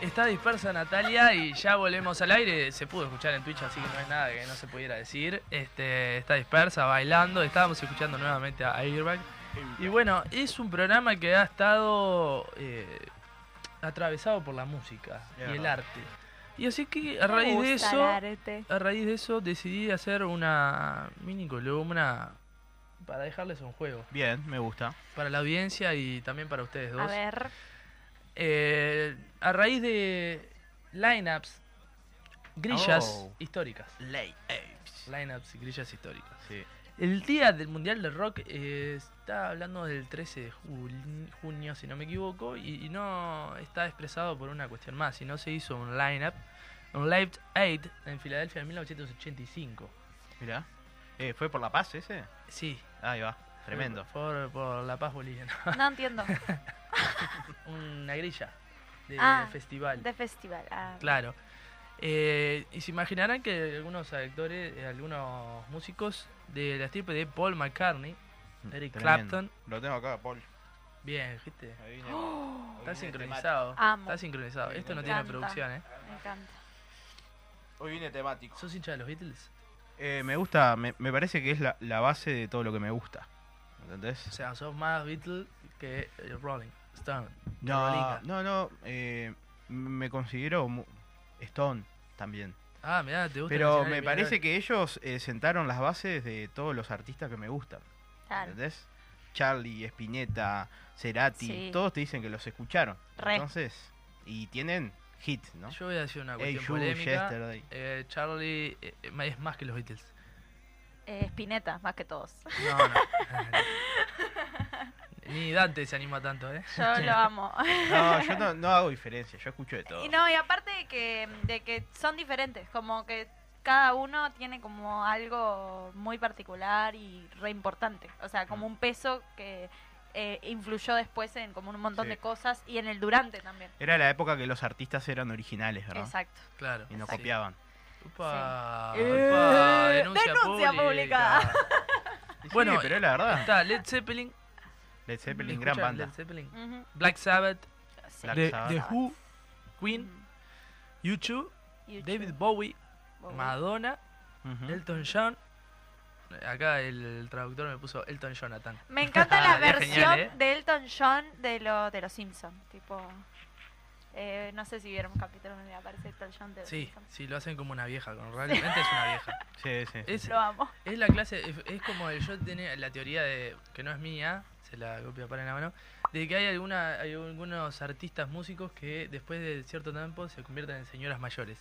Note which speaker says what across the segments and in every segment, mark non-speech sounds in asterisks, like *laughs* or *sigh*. Speaker 1: Está dispersa Natalia y ya volvemos al aire. Se pudo escuchar en Twitch, así que no es nada que no se pudiera decir. Este, está dispersa, bailando. Estábamos escuchando nuevamente a Airbag. Y bueno, es un programa que ha estado eh, atravesado por la música
Speaker 2: Es
Speaker 1: y el
Speaker 2: verdad.
Speaker 1: arte. Y así que a
Speaker 3: Me
Speaker 1: raíz de
Speaker 3: gusta
Speaker 1: eso,
Speaker 3: el arte.
Speaker 1: a raíz de eso decidí hacer una mini columna para dejarles un juego
Speaker 2: Bien, me gusta.
Speaker 1: para la audiencia y también para ustedes dos. *laughs*
Speaker 3: A ver.
Speaker 1: Eh, a raíz de lineups, grillas
Speaker 2: Oh.
Speaker 1: históricas.
Speaker 2: Late Apes.
Speaker 1: Lineups y grillas históricas.
Speaker 2: Sí.
Speaker 1: El día del Mundial de Rock eh, está hablando del 13 de jul- junio, si no me equivoco, y, y no está expresado por una cuestión más, sino se hizo un lineup, un Live Aid en Filadelfia en 1985.
Speaker 2: Mirá. Eh, ¿Fue por la paz ese?
Speaker 1: Sí.
Speaker 2: Ahí va. Tremendo.
Speaker 1: Por, por la paz boliviana.
Speaker 3: No entiendo.
Speaker 1: *laughs* Una grilla de
Speaker 3: Ah,
Speaker 1: festival.
Speaker 3: De festival. Ah,
Speaker 1: Claro. Eh, y se imaginarán que algunos actores, eh, algunos músicos de la estirpe de Paul McCartney, Eric
Speaker 2: Mm,
Speaker 1: Clapton.
Speaker 2: Lo tengo acá, Paul.
Speaker 1: bien, ¿viste?
Speaker 2: Ahí viene- ahí
Speaker 3: Oh,
Speaker 1: Está
Speaker 2: viene este
Speaker 1: sincrozado.
Speaker 3: Amo.
Speaker 1: Está sincronizado.
Speaker 2: Sí,
Speaker 1: Esto
Speaker 2: me
Speaker 1: no tiene
Speaker 3: encanta.
Speaker 1: producción, ¿eh?
Speaker 3: *gasps* me encanta.
Speaker 2: tema- Hoy viene temático.
Speaker 1: ¿Sos hincha de los Beatles?
Speaker 2: Eh, me gusta, me, me parece que es la, la base de todo lo que me gusta. ¿Entendés?
Speaker 1: O sea, sos más Beatles que eh, Rolling Stone.
Speaker 2: no,
Speaker 1: Rolinga.
Speaker 2: no, no. eh, me considero mu- Stone también.
Speaker 1: Ah, mirá, te gusta.
Speaker 2: Pero me parece que ellos eh, sentaron las bases de todos los artistas que me gustan.
Speaker 3: Claro.
Speaker 2: ¿Entendés? Charlie, Spinetta, Cerati,
Speaker 3: Sí.
Speaker 2: todos te dicen que los escucharon.
Speaker 3: Re.
Speaker 2: Entonces, y tienen hit, ¿no?
Speaker 1: Yo voy a decir una
Speaker 2: Hey
Speaker 1: cuestión
Speaker 2: Jude,
Speaker 1: polémica.
Speaker 2: Yesterday.
Speaker 1: Eh, Charlie eh, es más que los Beatles.
Speaker 2: *laughs*
Speaker 3: Eh, Spinetta, más que
Speaker 1: *laughs*
Speaker 3: todos.
Speaker 1: No, no. Ni Dante se anima tanto, ¿eh?
Speaker 3: Yo
Speaker 1: *laughs*
Speaker 3: lo amo.
Speaker 2: No, yo no, no hago diferencia, yo escucho de todo.
Speaker 3: *laughs* Y no, y aparte de que, de que son diferentes, como que cada uno tiene como algo muy particular y re importante. O sea,
Speaker 1: Mm.
Speaker 3: como un peso que eh, influyó después en como un montón
Speaker 2: Sí.
Speaker 3: de cosas y en el durante también.
Speaker 2: Era la época que los artistas eran originales, ¿verdad?
Speaker 3: Exacto.
Speaker 1: Claro.
Speaker 2: Y no
Speaker 1: Sí.
Speaker 2: copiaban.
Speaker 1: Upa,
Speaker 3: Sí.
Speaker 1: upa,
Speaker 3: Eh,
Speaker 1: denuncia,
Speaker 3: denuncia
Speaker 1: pública.
Speaker 2: *laughs* Bueno,
Speaker 1: Bueno,
Speaker 2: pero es la verdad.
Speaker 1: Está Led Zeppelin.
Speaker 2: Led Zeppelin,
Speaker 1: ¿Me
Speaker 2: gran
Speaker 1: escuchan?
Speaker 2: banda.
Speaker 1: Led Zeppelin.
Speaker 3: Ujú.
Speaker 1: Black Sabbath.
Speaker 3: Sí.
Speaker 2: Black
Speaker 1: The,
Speaker 2: Sabbath.
Speaker 1: The Who.
Speaker 3: Ujú.
Speaker 1: Queen. U2.
Speaker 3: YouTube,
Speaker 1: David Bowie.
Speaker 3: Mm. Bowie.
Speaker 1: Madonna.
Speaker 2: Ujú.
Speaker 1: Elton John. Acá el traductor me puso Elton Jonathan.
Speaker 3: Me
Speaker 2: *laughs*
Speaker 3: encanta la
Speaker 1: Estaría
Speaker 3: versión
Speaker 1: genial, ¿eh?
Speaker 3: de Elton John de, lo, de los Simpsons. Tipo, eh, no sé si vieron un capítulo donde aparece Elton John de los
Speaker 1: Sí,
Speaker 3: Simpsons.
Speaker 1: sí, lo hacen como una vieja. como Realmente es una
Speaker 2: *laughs*
Speaker 1: vieja.
Speaker 2: Sí, sí. sí.
Speaker 1: Es,
Speaker 3: Lo amo.
Speaker 1: Es la clase, es, es como el, yo tenía la teoría de, que no es mía, se la copia para en la mano, de que hay, alguna, hay algunos artistas músicos que después de cierto tiempo se convierten en señoras mayores.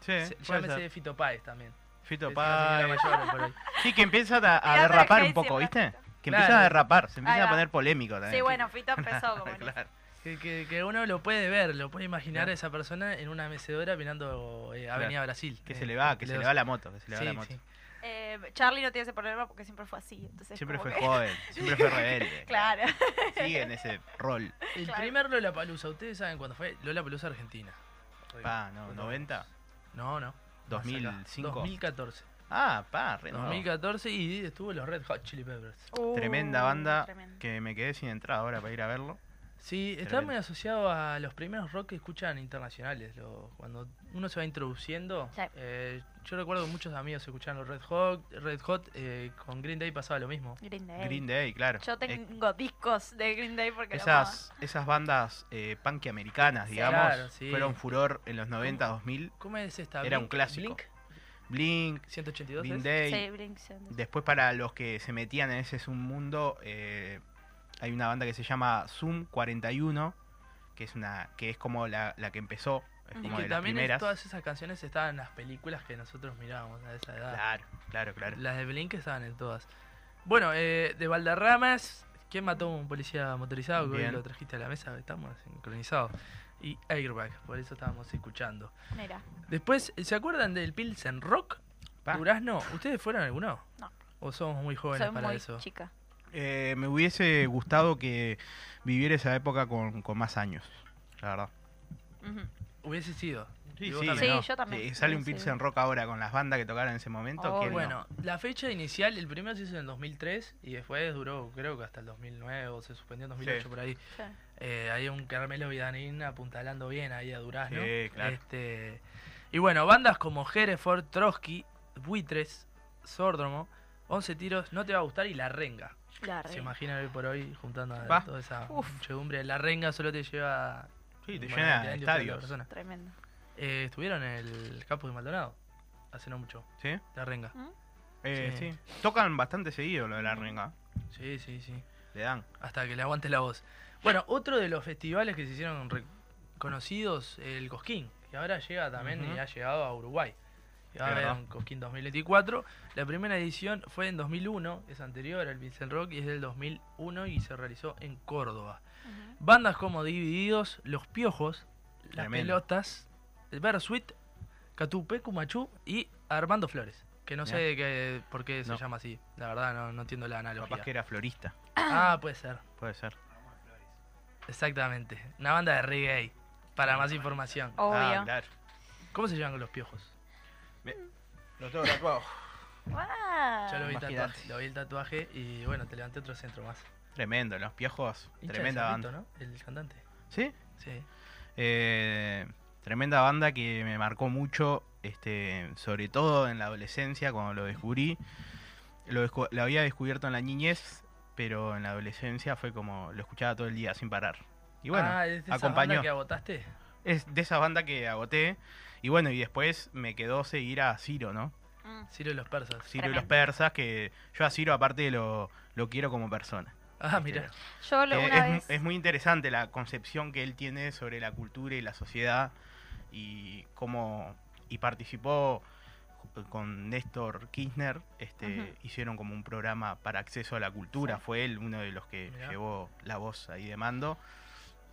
Speaker 2: Sí,
Speaker 1: Se-
Speaker 2: puede
Speaker 1: llámese
Speaker 2: ser.
Speaker 1: Fito Páez también.
Speaker 2: Fito
Speaker 1: Es una señora
Speaker 2: Páez.
Speaker 1: mayor
Speaker 2: *laughs*
Speaker 1: por ahí.
Speaker 2: Sí, que empieza a, a
Speaker 3: *laughs* Mirá,
Speaker 2: derrapar
Speaker 3: Tracy
Speaker 2: un poco, ¿viste?
Speaker 3: Chapman.
Speaker 2: Que
Speaker 1: Claro.
Speaker 2: empieza a derrapar, se empieza
Speaker 3: va.
Speaker 2: a poner polémico también.
Speaker 3: Sí,
Speaker 2: *laughs*
Speaker 3: bueno, Fito empezó como en
Speaker 2: Claro.
Speaker 1: Que, que- que uno lo puede ver, lo puede imaginar
Speaker 2: Claro.
Speaker 1: a esa persona en una mecedora mirando eh,
Speaker 2: Claro.
Speaker 1: Avenida Brasil.
Speaker 2: Que
Speaker 1: eh,
Speaker 2: se le va, que se le va la moto, que se le va
Speaker 1: Sí,
Speaker 2: la moto. *laughs*
Speaker 1: sí.
Speaker 3: Eh, Charlie no tiene ese problema porque siempre fue así. Entonces
Speaker 2: Siempre
Speaker 3: como
Speaker 2: fue
Speaker 3: que-
Speaker 2: joven, siempre fue rebelde.
Speaker 3: *laughs* Claro.
Speaker 2: Sigue en ese rol.
Speaker 1: El
Speaker 3: Claro.
Speaker 1: primer Lola Palusa, ustedes saben cuándo fue Lola Palusa Argentina.
Speaker 2: Pa, no, 90.
Speaker 1: No, no. más acá.
Speaker 2: 2005.
Speaker 1: 2014.
Speaker 2: Ah, pa, re nuevo.
Speaker 1: 2014 y estuvo los Red Hot Chili Peppers.
Speaker 2: *laughs*
Speaker 3: Uh,
Speaker 2: Tremenda banda
Speaker 3: tremendo.
Speaker 2: que me quedé sin entrada ahora para ir a verlo.
Speaker 1: Sí, está
Speaker 2: Tremendo.
Speaker 1: muy asociado a los primeros rock que escuchan internacionales. lo- cuando uno se va introduciendo,
Speaker 3: Sí.
Speaker 1: eh, yo recuerdo que muchos amigos escuchaban los Red Hot, Red Hot eh, con Green Day pasaba lo mismo.
Speaker 3: Green Day.
Speaker 2: Green Day, claro.
Speaker 3: Yo
Speaker 2: Eh,
Speaker 3: tengo *laughs* discos de Green Day porque lo amaba.
Speaker 2: esas, esas bandas eh, punk americanas,
Speaker 3: Sí.
Speaker 2: digamos,
Speaker 1: Claro, sí.
Speaker 2: fueron furor en los 90, 2000.
Speaker 1: ¿Cómo es esta?
Speaker 2: Era un clásico.
Speaker 1: Blink
Speaker 2: Blink,
Speaker 1: 182.
Speaker 2: Green
Speaker 1: es?
Speaker 2: Day.
Speaker 3: Sí, Blink Cent-
Speaker 2: Después para los que se metían en ese un mundo, eh, hay una banda que se llama Zoom 41, que es una que es como la, la que empezó, es
Speaker 3: Y
Speaker 1: Y
Speaker 2: como
Speaker 1: que
Speaker 2: de las
Speaker 1: también es-
Speaker 2: primeras.
Speaker 1: todas esas canciones estaban en las películas que nosotros mirábamos a esa edad.
Speaker 2: Claro, claro, claro.
Speaker 1: Las de Blink estaban en todas. Bueno, eh, de Valderramas, ¿quién mató a un policía motorizado? Que hoy
Speaker 2: Bien.
Speaker 1: lo trajiste a la mesa, estamos sincronizados. Y Airbag, por eso estábamos escuchando.
Speaker 3: Mira,
Speaker 1: Después, ¿se acuerdan del Pilsen Rock?
Speaker 2: Pa.
Speaker 1: Durazno, ¿ustedes fueron alguno?
Speaker 3: No.
Speaker 1: ¿O somos muy jóvenes
Speaker 3: soy
Speaker 1: para
Speaker 3: muy
Speaker 1: eso?
Speaker 3: chica.
Speaker 2: Eh, me hubiese gustado que viviera esa época con, con más años, la verdad.
Speaker 3: Ujú.
Speaker 1: Hubiese sido. Y
Speaker 2: Sí,
Speaker 1: vos
Speaker 2: sí,
Speaker 1: también,
Speaker 2: ¿no?
Speaker 3: Sí, yo también.
Speaker 2: Sí, sale un
Speaker 3: Sí,
Speaker 2: Pilsen
Speaker 3: sí.
Speaker 2: Rock ahora con las bandas que tocaron en ese momento.
Speaker 3: Oh,
Speaker 2: ¿quién no?
Speaker 1: Bueno, la fecha inicial, el primero se hizo en el 2003 y después duró creo que hasta el 2009 o se suspendió en 2008
Speaker 2: Sí.
Speaker 1: por ahí.
Speaker 3: Sí.
Speaker 1: Eh, hay un Carmelo Vidanín apuntalando bien ahí a Durazno.
Speaker 2: Sí, claro.
Speaker 1: Este, y bueno, bandas como Hereford, Trotsky, Buitres, Sórdromo, 11 Tiros, No Te Va a Gustar y La Renga.
Speaker 3: La
Speaker 1: Se
Speaker 3: re-
Speaker 1: imagina hoy por hoy juntando a
Speaker 2: Va.
Speaker 1: toda esa
Speaker 3: Uf.
Speaker 1: muchedumbre. La Renga solo te lleva...
Speaker 2: Sí, te
Speaker 1: bueno, te
Speaker 2: llena de
Speaker 1: dan
Speaker 2: estadios.
Speaker 1: personas.
Speaker 3: Tremendo.
Speaker 1: Eh, estuvieron en el campus de Maldonado hace no mucho,
Speaker 2: ¿Sí?
Speaker 1: La Renga.
Speaker 3: ¿Mm?
Speaker 2: Eh,
Speaker 1: Sí.
Speaker 2: sí. Tocan bastante seguido lo de la renga.
Speaker 3: Mm.
Speaker 1: Sí, sí, sí.
Speaker 2: Le dan.
Speaker 1: Hasta que le aguante la voz. Bueno, otro de los festivales que se hicieron re- conocidos, el Cosquín, que ahora llega también y
Speaker 2: Ujú.
Speaker 1: ha llegado a Uruguay. Y va a
Speaker 2: Es
Speaker 1: haber
Speaker 2: verdad.
Speaker 1: un Cosquín 2024. La primera edición fue en 2001, es anterior al Vincent Rock y es del 2001 y se realizó en Córdoba.
Speaker 2: Ah,
Speaker 3: Ujú.
Speaker 1: Bandas como Divididos, Los Piojos, Las
Speaker 2: Tremendo.
Speaker 1: Pelotas, El Versuit, Catupé, Cumachú y Armando Flores. Que no sé
Speaker 2: Mirá.
Speaker 1: de qué- por qué se
Speaker 2: No.
Speaker 1: llama así. La verdad, no, no entiendo la analogía.
Speaker 2: Capaz que era florista.
Speaker 1: Ah, puede ser.
Speaker 2: Puede ser.
Speaker 1: Exactamente, una banda de reggae. Para más información.
Speaker 2: Ah,
Speaker 3: Obvio.
Speaker 2: claro.
Speaker 1: ¿Cómo se llaman con los piojos?
Speaker 2: Lo tengo tatuado.
Speaker 3: Guau.
Speaker 1: Yo lo vi, el
Speaker 2: Imagínate.
Speaker 1: tatuaje, lo vi el tatuaje y bueno, te levanté otro centro más.
Speaker 2: Tremendo, los piojos.
Speaker 1: Hincha de
Speaker 2: Tremenda
Speaker 1: Sarmiento,
Speaker 2: banda.
Speaker 1: ¿no? El cantante.
Speaker 2: ¿Sí?
Speaker 1: Sí.
Speaker 2: Eh, tremenda banda que me marcó mucho, este, sobre todo en la adolescencia, cuando lo descubrí. Lo, descu- lo había descubierto en la niñez, pero en la adolescencia fue como lo escuchaba todo el día sin parar. Y bueno,
Speaker 1: ah, ¿es de esa
Speaker 2: acompañó.
Speaker 1: banda que agotaste?
Speaker 2: es de esa banda que agoté. Y bueno, y después me quedó seguir a Ciro, ¿no?
Speaker 3: Mm.
Speaker 1: Ciro y los persas.
Speaker 2: Ciro y
Speaker 3: Tremendo.
Speaker 2: los persas, que yo a Ciro aparte lo, lo quiero como persona.
Speaker 1: Ah,
Speaker 2: Este,
Speaker 1: mira.
Speaker 3: Yo lo-
Speaker 2: Eh,
Speaker 3: una
Speaker 2: es, mu-
Speaker 3: vez.
Speaker 2: es muy interesante la concepción que él tiene sobre la cultura y la sociedad y cómo y participó ju- con Néstor Kirchner, este,
Speaker 3: Ujú.
Speaker 2: hicieron como un programa para acceso a la cultura,
Speaker 3: Sí.
Speaker 2: fue él uno de los que
Speaker 1: Mirá.
Speaker 2: llevó la voz ahí de mando.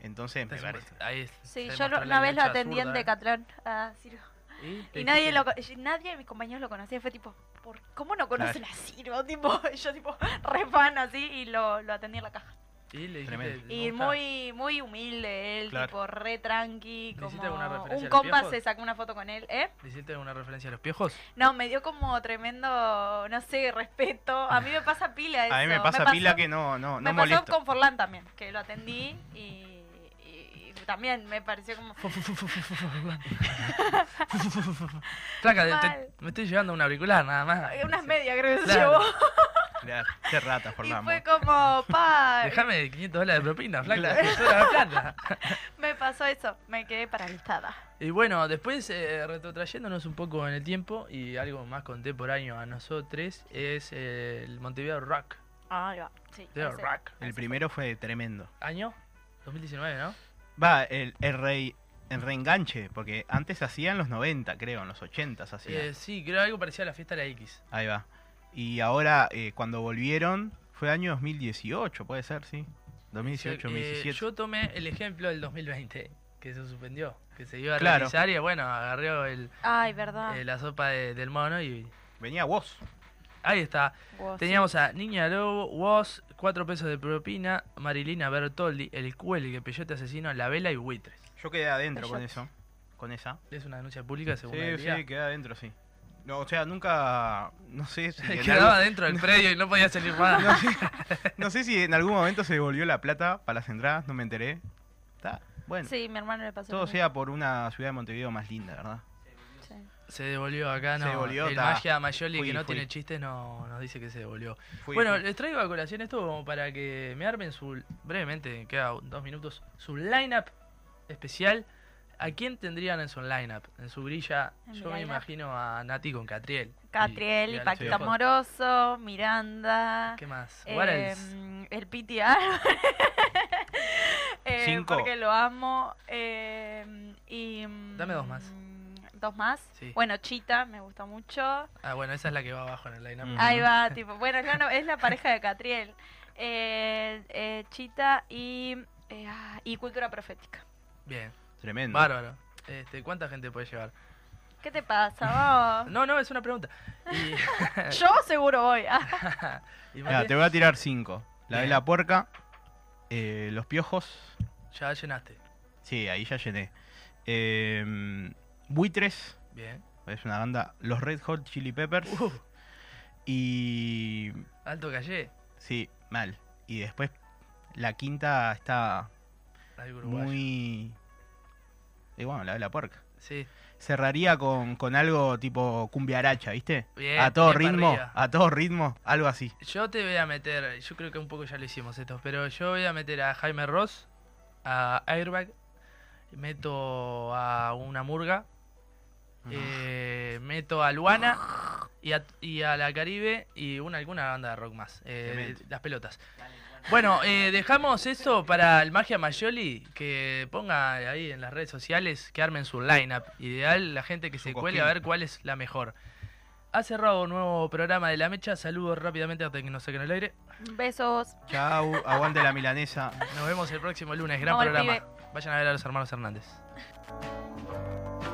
Speaker 2: Entonces, me
Speaker 1: Estás
Speaker 2: parece.
Speaker 1: en- Ahí es- se
Speaker 3: Sí, yo lo-
Speaker 1: mostró la
Speaker 3: una vez lo
Speaker 1: derecha
Speaker 3: atendí en
Speaker 1: zurda, ¿eh?
Speaker 3: Decatlón a Ciro.
Speaker 1: Y,
Speaker 3: Y nadie, lo, co- y nadie de mis compañeros lo conocía. Fue tipo, ¿por, ¿cómo no
Speaker 2: Claro.
Speaker 3: conocen a Ciro? *laughs* Tipo, yo tipo, re fan así y lo, lo atendí en la caja.
Speaker 1: Y le dijiste,
Speaker 2: Tremendo.
Speaker 1: "Me
Speaker 3: Y
Speaker 1: gusta".
Speaker 3: muy, muy humilde él,
Speaker 2: Claro.
Speaker 3: tipo, re tranqui.
Speaker 1: ¿Le hiciste
Speaker 3: Como
Speaker 1: alguna referencia
Speaker 3: un
Speaker 1: al
Speaker 3: compa
Speaker 1: Piojo?
Speaker 3: se sacó una foto con él, ¿eh?
Speaker 1: ¿Le hiciste alguna referencia a los
Speaker 3: *laughs*
Speaker 1: piojos?
Speaker 3: No, me dio como tremendo, no sé, respeto. A mí me pasa pila
Speaker 2: *laughs*
Speaker 3: eso.
Speaker 2: A mí me pasa
Speaker 3: pasó-
Speaker 2: pila que no, no,
Speaker 3: Me
Speaker 2: no
Speaker 3: pasó
Speaker 2: molesto.
Speaker 3: con Forlán también, que lo atendí y, y- y también me pareció como...
Speaker 1: *laughs* Placa,
Speaker 3: Mal.
Speaker 1: me estoy llevando un auricular nada más.
Speaker 3: Eh, Unas medias creo que se
Speaker 1: Claro.
Speaker 3: llevó.
Speaker 2: Mirá, Qué rata, Fernando.
Speaker 3: *laughs* Y fue como, pa,
Speaker 1: Déjame 500 dólares de propina, flaca.
Speaker 2: Claro.
Speaker 1: que sobra la plata.
Speaker 3: me pasó eso, me quedé paralizada.
Speaker 1: Y bueno, después eh, retrotrayéndonos un poco en el tiempo y algo más contemporáneo a nosotros es eh, el Montevideo Rock.
Speaker 3: Ahí va, sí.
Speaker 1: Montevideo
Speaker 3: ese.
Speaker 1: Rock.
Speaker 2: El primero fue tremendo.
Speaker 1: Año 2019, ¿no?
Speaker 2: Va, el, el rey el reenganche, porque antes hacían los 90, creo, en los 80 hacían.
Speaker 1: Eh, sí, creo algo parecido a la fiesta de la X.
Speaker 2: Ahí va. Y ahora, eh, cuando volvieron, fue año 2018, puede ser, sí. 2018,
Speaker 1: Eh,
Speaker 2: 2017.
Speaker 1: Yo tomé el ejemplo del 2020, que se suspendió, que se iba a
Speaker 2: Claro.
Speaker 1: realizar y bueno, agarré el,
Speaker 3: Ay, verdad.
Speaker 1: eh, la sopa de- del mono y
Speaker 2: Venía vos.
Speaker 1: ahí está.
Speaker 3: Wow, sí.
Speaker 1: Teníamos a Niña Lobo, Woz, 4 pesos de propina, Marilina Bertoldi, El Cuelgue, Peyote Asesino, La Vela y Buitres.
Speaker 2: Yo quedé adentro
Speaker 3: Ay,
Speaker 2: con
Speaker 3: yo-
Speaker 2: eso. Con esa.
Speaker 1: Es una denuncia pública, según
Speaker 2: Sí,
Speaker 1: el
Speaker 2: sí,
Speaker 1: día. *laughs*
Speaker 2: quedé adentro, sí. No, o sea, nunca. No sé
Speaker 1: *laughs*
Speaker 2: si. en
Speaker 1: Quedaba
Speaker 2: algún- *laughs*
Speaker 1: dentro del predio y no podía salir más.
Speaker 2: no, sé, no sé si en algún momento se devolvió la plata para las entradas, no me enteré. Está. Bueno,
Speaker 3: Sí, mi hermano le pasó.
Speaker 2: todo
Speaker 3: lo mismo.
Speaker 2: sea por una ciudad de Montevideo más linda, ¿verdad?
Speaker 3: Sí.
Speaker 1: Se devolvió acá, no.
Speaker 2: Se devolvió,
Speaker 1: el
Speaker 2: ta.
Speaker 1: magia Mayoli,
Speaker 2: Fui,
Speaker 1: que no
Speaker 2: fui.
Speaker 1: tiene chistes, no, nos dice que se devolvió.
Speaker 2: Fui-
Speaker 1: bueno, eh,
Speaker 2: fui-
Speaker 1: les traigo a colación esto como para que me armen su. Brevemente, queda dos minutos. Su lineup especial. ¿A quién tendrían en su lineup? En su grilla.
Speaker 3: ¿En mi
Speaker 1: Yo me
Speaker 3: lineup?
Speaker 1: imagino a Nati con Catriel. y-
Speaker 3: Catriel y,
Speaker 1: Alex
Speaker 3: Paquita
Speaker 1: Piojos.
Speaker 3: Moroso, Miranda,
Speaker 1: ¿Qué más?
Speaker 2: Em,
Speaker 3: eh,
Speaker 1: What else?
Speaker 3: el Piti Álvarez,
Speaker 1: *laughs*
Speaker 3: eh,
Speaker 2: Cinco.
Speaker 3: porque lo amo. eh, y, mm,
Speaker 1: Dame dos más.
Speaker 3: ¿Dos más?
Speaker 1: Sí.
Speaker 3: Bueno, Chita, me gusta mucho.
Speaker 1: Ah, bueno, esa es la que va abajo en el lineup.
Speaker 2: Mm.
Speaker 3: Ahí
Speaker 2: Ujú.
Speaker 3: va, tipo, bueno, es la, no- es la pareja de Catriel. Eh, eh, Chita y, eh, ah, y Cultura Profética.
Speaker 1: Bien,
Speaker 2: Tremendo.
Speaker 1: bárbaro. Este, ¿Cuánta gente puede llevar?
Speaker 3: ¿Qué te pasa? vos?
Speaker 1: No, no, es una pregunta. Y, *laughs*
Speaker 3: Yo seguro voy. *laughs* ah.
Speaker 1: y
Speaker 2: Mirá,
Speaker 1: Mate,
Speaker 2: te voy a tirar cinco. La
Speaker 1: Bien.
Speaker 2: vela puerca, eh, los piojos.
Speaker 1: ya llenaste.
Speaker 2: Sí, ahí ya llené. eh, Buitres,
Speaker 1: Bien.
Speaker 2: es una banda, los Red Hot Chili Peppers.
Speaker 1: Uh,
Speaker 2: Y.
Speaker 1: alto calle.
Speaker 2: Sí, mal. Y después, la quinta está
Speaker 1: Algo uruguayo.
Speaker 2: muy. Y bueno, la de la puerca.
Speaker 1: Sí.
Speaker 2: Cerraría con, con algo tipo cumbiaracha, ¿viste?
Speaker 1: Bien,
Speaker 2: a todo
Speaker 1: bien
Speaker 2: ritmo,
Speaker 1: para arriba.
Speaker 2: a todo ritmo, algo así.
Speaker 1: Yo te voy a meter, yo creo que un poco ya lo hicimos esto, pero yo voy a meter a Jaime Ross, a Airbag, meto a una murga, eh, meto a Luana y a, y a la Caribe y una alguna banda de rock más, eh,
Speaker 2: Demente.
Speaker 1: las pelotas. Bueno, eh, dejamos esto para el Magia Mayoli, que ponga ahí en las redes sociales, que armen su lineup. Ideal, la gente que se cuele a
Speaker 2: cosquín.
Speaker 1: ver cuál es la mejor. Ha cerrado un nuevo programa de La Mecha. Saludos rápidamente hasta que nos saquen el aire.
Speaker 3: Besos.
Speaker 2: Chau, aguante la milanesa.
Speaker 1: Nos vemos el próximo lunes. Gran
Speaker 3: Vamos,
Speaker 1: programa.
Speaker 3: pibe.
Speaker 1: Vayan a ver a los hermanos Hernández.